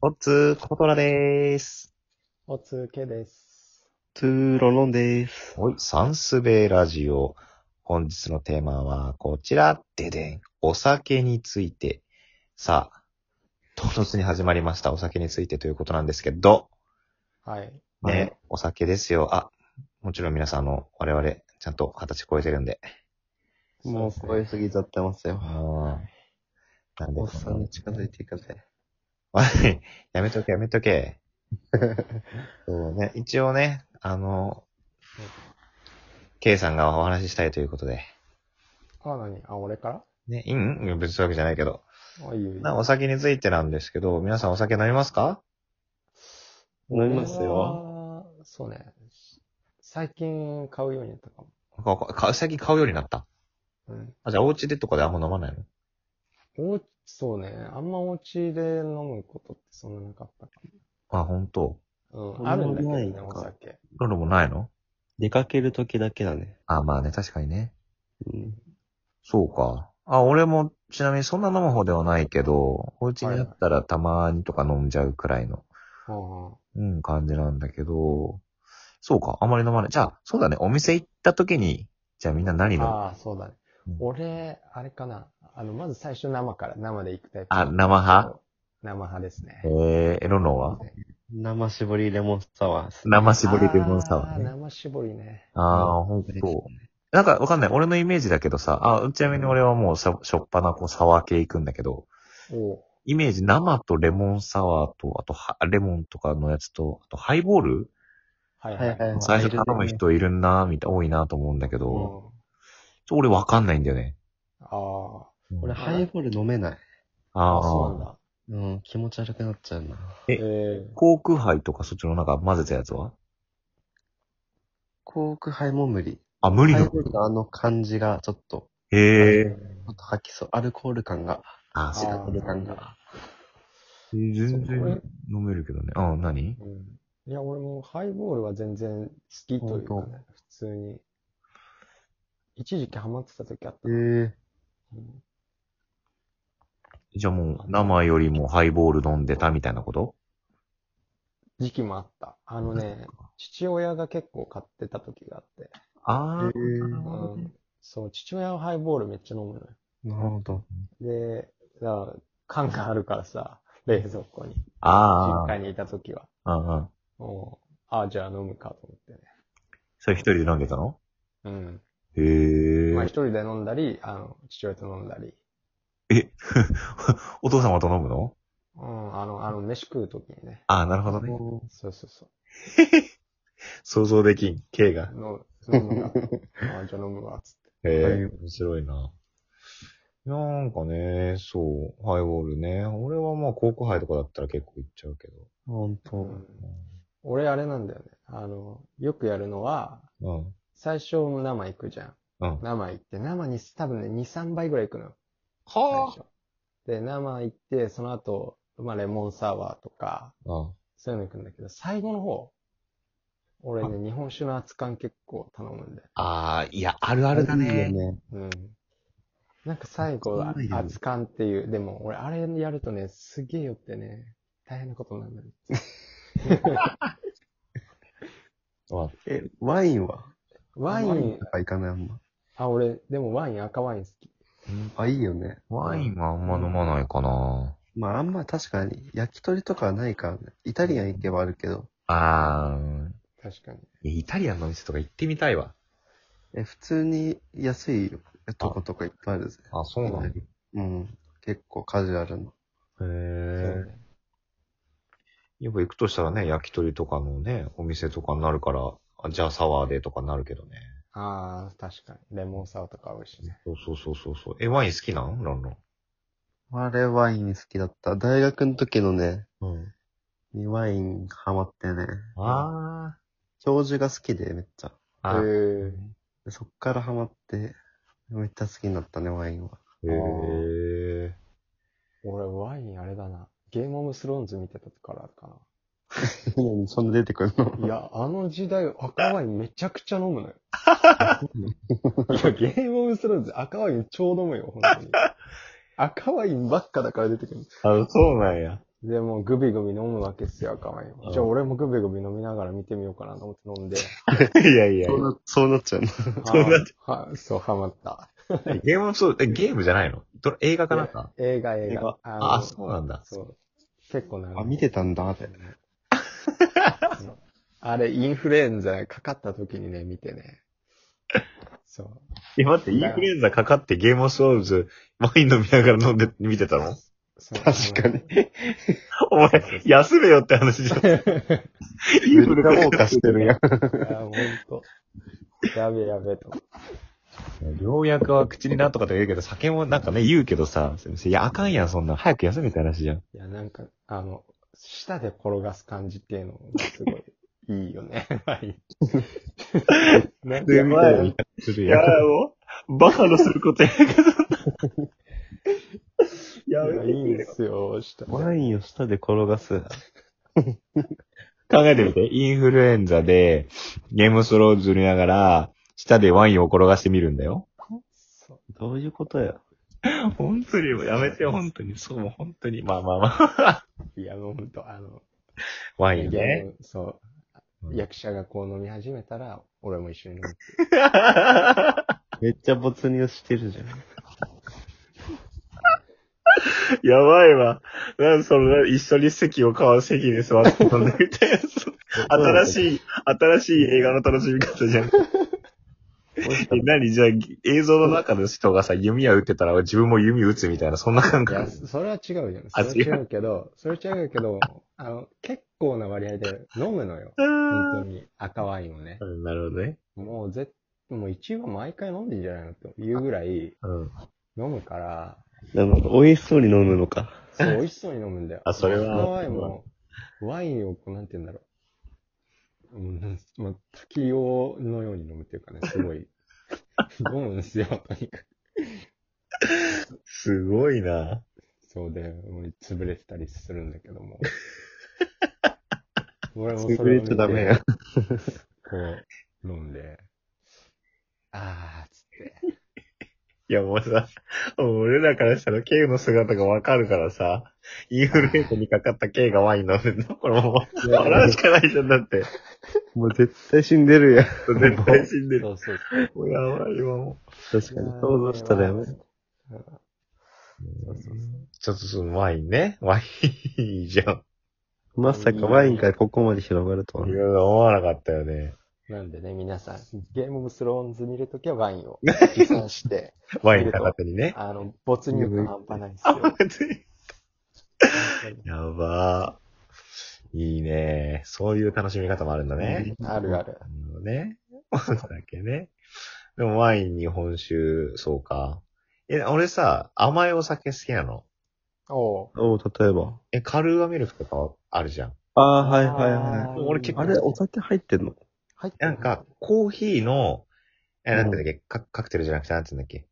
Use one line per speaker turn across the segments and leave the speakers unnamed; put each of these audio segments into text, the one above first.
オッツー、コトラでーす。
おつけです。
トゥーロロンです。
はい、サンスベラジオ。本日のテーマはこちら、ででん。お酒について。さあ、唐突に始まりました。お酒についてということなんですけど、
はい。
ね、お酒ですよ。あ、もちろん皆さん、あの、我々、ちゃんと二十歳超えてるんで。
もう超えすぎちゃってますよ。
なんで
おっさんに近づいていくぜ。
おい やめとけ、やめとけ。そうね、一応ね、あの、K さんがお話ししたいということで。
あ、なにあ、俺から
ね、いいん別にそういうわけじゃないけど。
あ、いいよいい
な
よ。
お酒についてなんですけど、皆さんお酒飲みますか
飲みますよ。
俺は。そうね。最近買うようになったかも。
かか最近買うようになった。
うん。
あ、じゃあお家でとかであんま飲まないの
おうそうね。あんまお家で飲むことってそんななかったか
あ、本当。
も。うん。あ
あ
るん
んま
だけど
ない
ね、
の
お
か
酒。
ロロもないの
出かけるときだけだね。
あ、まあね、確かにね。
うん。
そうか。あ、俺も、ちなみにそんな飲む方ではないけど、お家にあったらたまにとか飲んじゃうくらいの、
うんうん。
うん、感じなんだけど、そうか、あんまり飲まない。じゃあ、そうだね、お店行った時に、じゃあみんな何飲むあ
ああ、そうだね
うん。
俺、あれかな。あの、まず最初生から、生で行くタイプ。
生派
生派ですね。
えー、ロロは
生搾りレモンサワー。
生絞りレモンサワー
あ
ね。
生絞りね。
ああ、ほんと。なんかわかんない。俺のイメージだけどさ、あ、ちなみに俺はもうしょしょっぱなこうサワー系行くんだけど、
おう
イメージ生とレモンサワーと、あとはレモンとかのやつと、あとハイボール
はい
はいはいはい
最初頼む人いるな、みたい多いなと思うんだけ
う
ど、
ん
ちょ俺わかんないんだよね。
ああ。
俺、
あ
ハイボール飲めない。
あ
あ、そうなん
ー、
だ。
うん、気持ち悪くなっちゃうな。
え
え
コークハイとかそっちのなんか混ぜたやつは
コークハイも無理。
あ、無理
ハイ
の
ボールのあの感じが、ちょっと、
へえ。
ちょっと吐きそう。アルコール感が。
あ、
アルコール感
あ
が。
全
そう俺
然飲めるけどね。あ、何
ーうんいや、俺もハイボールは全然好きというか
本
ね、普通に。一時期ハマってた時あった
え。え
うん
じゃあもう生よりもハイボール飲んでたみたいなこと
時期もあった。あのね、父親が結構買ってた時があって。
ああ、
ー。
うん、そう、父親はハイボールめっちゃ飲む
なるほど。
のよ。で、だから缶があるからさ、冷蔵庫に。
あ
実
ー
家にいた時は。
あー、うんうん。
おああ、じゃあ飲むかと思ってね。
それ一人で飲んでたの
うん。
へ
まあ一
え。
人で飲んだり、あの、父親と飲んだり、
え、 お父様と飲むの
うん、あの、あの、飯食うときにね。
ああ、なるほどね。
おー
そうそうそ
想像できん、K が
う。。飲む、飲むわ。 あじゃあ飲むわ、つって。
へえ、面白いな。なんかね、そう、ハイボールね。俺はまあ、航空杯とかだったら結構行っちゃうけど。
ほん
う
と。
ん、俺、あれなんだよね。あの、よくやるのは、
うん。
最初生行くじゃん。
うん。
生行って、生に多分ね、2、3倍ぐらい行くのよ。最
は
初。で、生行って、その後、まあ、レモンサワーとか、
あ。うん。
そういうの行くんだけど、最後の方、俺ね、日本酒の熱燗結構頼むんだよ。
ああ、いや、あるあるだ
いいよ
ね。
ね。
うん。なんか最後は
そんなのいる
熱燗っていう、でも俺あれやるとね、すげえよってね、大変なことになるんだよ。
まあ
え、ワインは
ワイン
と、か行かないあんま。
あ、俺、でもワイン、赤ワイン好き。
あ、いいよね。
ワインはあんま飲まないかな。
まああんま確かに、焼き鳥とかはないからね。イタリアン行けばあるけど。
ああ、うん
確かに。
いやイタリアンの店とか行ってみたいわ。
え、普通に安いとことかいっぱいあるぜ。
あ、そうなんだ。へ
うん。結構カジュアルの。
そう
え。
ね
やっぱ行くとしたらね、焼き鳥とかのね、お店とかになるから、あじゃあサワーでとかなるけどね。
ああ、確かに。レモンサワーとか美味しいね。
そうそうそうそうそう。え、ワイン好きなんロンロン。
あれワイン好きだった。大学の時のね、
うん。
にワインハマってね。
あ
教授が好きでめっちゃ。
ーあ。
へ
へ
ー
でそっからハマって、めっちゃ好きになったね、ワインは。
え。
俺、ワインあれだな。ゲームオブスローンズ見てたからか
そんな出てくるの
な。いや、あの時代、赤ワインめちゃくちゃ飲むのよ。いや、ゲームオブスローンズ、赤ワイン超飲むよ、本当に。赤ワインばっかだから出てくる。
あ、そうなんや。
で、もうグビグビ飲むわけっすよ、赤ワイン
う
を。
ん
じゃあ俺もグビグビ飲みながら見てみようかなと思って 飲んで。
いやいや
そうな、そうなっちゃうの。
そうなっ
ははそう、ハマった。
ゲームもそう、え、ゲームじゃないのドラ映画かなんか
映画、映
映
画
画。
あ
の
あ、そうなんだ。
そう。結構長い。
あ、見てたんだって。
あれ、インフルエンザかかった時にね、見て ね。そう。
え、待って、インフルエンザかかってゲームオブスローンズ、ワイン飲みながら飲んで、見てたの
そう
確かに。
お前、休めよって話 じゃん。イ
め
ン
っち
フル
ゃ謳歌してるやん。
あのいや、ほんと。やべえやべえと思って。
良薬は口になんとかとか言うけど、酒もなんかね、言うけどさ、いや、あかんやん、そんな。早く休めって話じゃん。
いや、なんか、あの、舌で転がす感じっていうのがすごいいいよね。 はい。なんか
すごい
い
する
いや
もう、バカのすることやけ どな。
やいいんですよ、舌で。
ワインを舌で転がす。考えてみて。インフルエンザで、ゲームスローズ塗りながら、舌でワインを転がしてみるんだよ。
そう
どういうことや。
本当に、もうやめて、本当に。そう、もう本当に。まあまあまあ。
いや、もうほんと、あの、
ワインね。
ゲームそうう。
ん
役者がこう飲み始めたら、俺も一緒に飲む。
めっちゃ没入してるじゃん。
やばいわ。なんその、一緒に席を交わす席に座って飲んでみ たいな新しい、新しい映画の楽しみ方じゃん。え、何じゃあ、映像の中の人がさ、弓矢撃ってたら自分も弓撃つみたいな、そんな感
いや、
覚。
それは違うよね。そ
あ
れは違うけど、それは違うけど、あの、結構な割合で飲むのよ。本当に赤ワインをね。
うんなるほどね。
もうぜもう一応毎回飲んでんじゃないのというぐらい
うん。
飲むから、
なるほど。美味しそうに飲むのか。
そう、美味しそうに飲むんだよ。
あそれは
赤ワインも、ワインをこう、なんて言うんだろう。うん、なんまあ、滝用のように飲むっていうかね、すごい。飲むんですよ、とにかく。
すごいな。
そうで、もう潰れてたりするんだけども。俺もそ
潰
れを
れ
見
ち
て
ゃダメや。
こう、飲んで、あー、つって。
いやもうさ、もう俺らからしたら K の姿がわかるからさ、インフルエンザにかかった K がワイン飲んでんのこれもう、笑うしかないじゃんだって。
もう絶対死んでるやん。
絶対死んでる。
そうそう。
もうやばいわ、も
確かに。想像したらやめ。
そうそうそう。
う。ちょっとそのワインね。 ワインいいじゃん。
まさかワインからここまで広がるとは。
いや、思わなかったよね。
なんでね、皆さん、ゲームオブスローンズ見るときはワインを持参して、
ワイン片手にね。
あの、没入感半端ないんですよ。
やばー。いいね。そういう楽しみ 方もあるんだね。
あるあ
な
る。
るほどね。 そうだっけね。でもワイン、日本酒、そうか。え、俺さ、甘いお酒好きなの。
おう。
おう例えば。
え、カルーアミルクとかあるじゃん。
ああ、はいはいはい。
俺結構
あれ、お酒入ってんの
入って
なんか、、コーヒーの、え、なんていうんだっけ、カカクテルじゃなくて、なんていうんだっけ。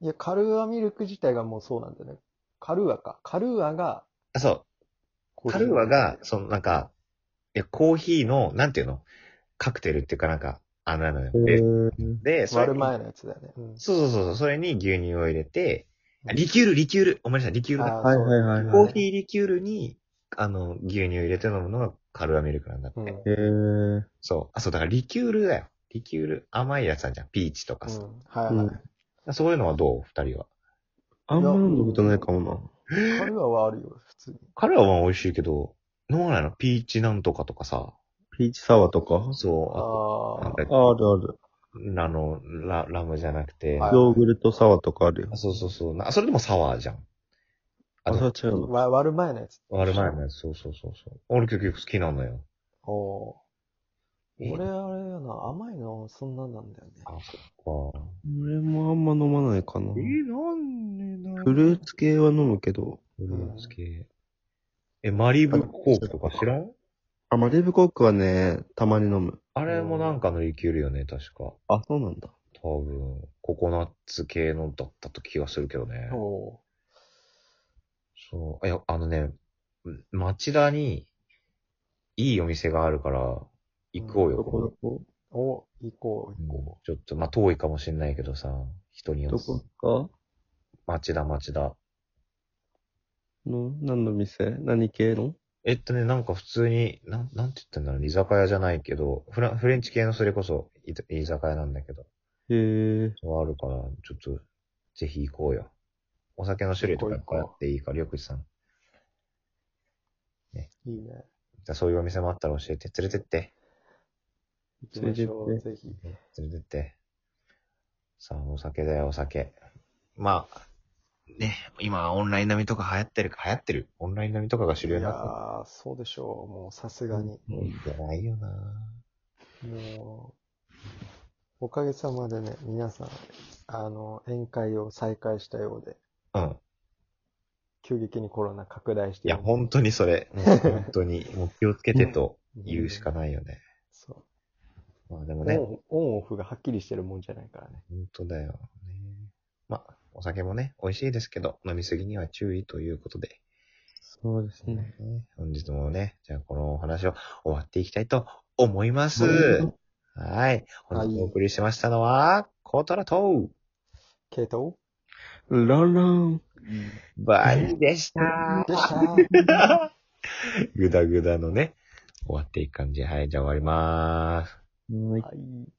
いや、カルーアミルク自体がもうそうなんだよね。カルーアか。カルーアが、
あ、そう。カルーアが、、そのなんか、いや、コーヒーの、なんていうのカクテルっていうかなんか、あなのよ。で、で、それ
割る
に
前のやつだよね。うん
そうそうそうそう、それに牛乳を入れて、あリキュール、リキュール、お前さい、リキュールだ。
あ
はいはいはい
コ
は
ーヒーリキュールに、あの、牛乳を入れて飲むのがカルーアミルクなんだって。
うん
い。へー。
そう。あ、そう、だからリキュールだよ。リキュール、甘いやつあるじゃん。ピーチとか
う
さ。
ん。はいはい。
そういうのはどう二人は。
あんま飲んだことないかもな。
カルーアはあるよ、普通に。
カルーアは美味しいけど、飲まないのピーチなんとかとかさ。
ピーチサワーとか
そう。あとな
あ
んだっけ
あるある。
あの、ララムじゃなくて。
はい
ヨーグルトサワーとかあるよ
あ。そうそうそう。なそれでもサワーじゃん。あ
あ、そ
の
う、違う
あ。
の。
わ割る前のやつ。
割る前のやつ。そうそうそうそう。俺結局好きなのよ。
おう。
いい
俺、あれやな、甘いの、そんなんなんだよね。
あ、そっか。
俺もあんま飲まないかな。
なんでな
フルーツ系は飲むけど。
フルーツ系。え、マリブコークとか知らん
あ、マリブコークはね、たまに飲む。
あれもなんかのリキュールよね、確か。
あ、そうなんだ。
多分、ココナッツ系のだったと気がするけどね。
お
そう。いや、あのね、町田に、いいお店があるから、行こうよ、
ど
今度
こどこ
うお行こう、行こ
ちょっと、まあ、遠いかもしれないけどさ、人によ
ど
って
こ。か
町田、町田。
の何の店何系の
えっとね、なんか普通に、なん、なんて言ったんだろう、居酒屋じゃないけど、フラン、フレンチ系のそれこそいた、居酒屋なんだけど、
へえ。
そうあるから、ちょっと、ぜひ行こうよ。お酒の種類とかいっぱいあっていいから、よくじさん。
いいね。
じゃあそういうお店もあったら教えて、連れてって。
行きましょう、ぜひ。
連れてって。さあ、お酒だよ、お酒。まあ、ね、今、オンライン並みとか流行ってるか、流行ってる。オンライン並みとかが主
い
流
や
になっ
ー、そうでしょう。もうさすがに。
てる。もういいんじゃないよな
もう、おかげさまでね、皆さん、あの、宴会を再開したようで、
うん。
急激にコロナ拡大して
いや、
るんで
本当にそれ。もう本当に、もう気をつけてと言うしか
ん
ないよね。
そう。
まあでも
オ
ね、
ン
本
オンオフがはっきりしてるもんじゃないからね。
当だよ、ね。まあ、お酒もね、美味しいですけど、飲みすぎには注意ということで。
そうですね。
ね本日もね、じゃあこのお話を終わっていきたいと思います。はい。本日お送りしましたのは、コートラと、
ケイト
ランラン。
バイでした。
でした
ぐだぐだのね、終わっていく感じ。はい、じゃあ終わりまーす。
はい
はい。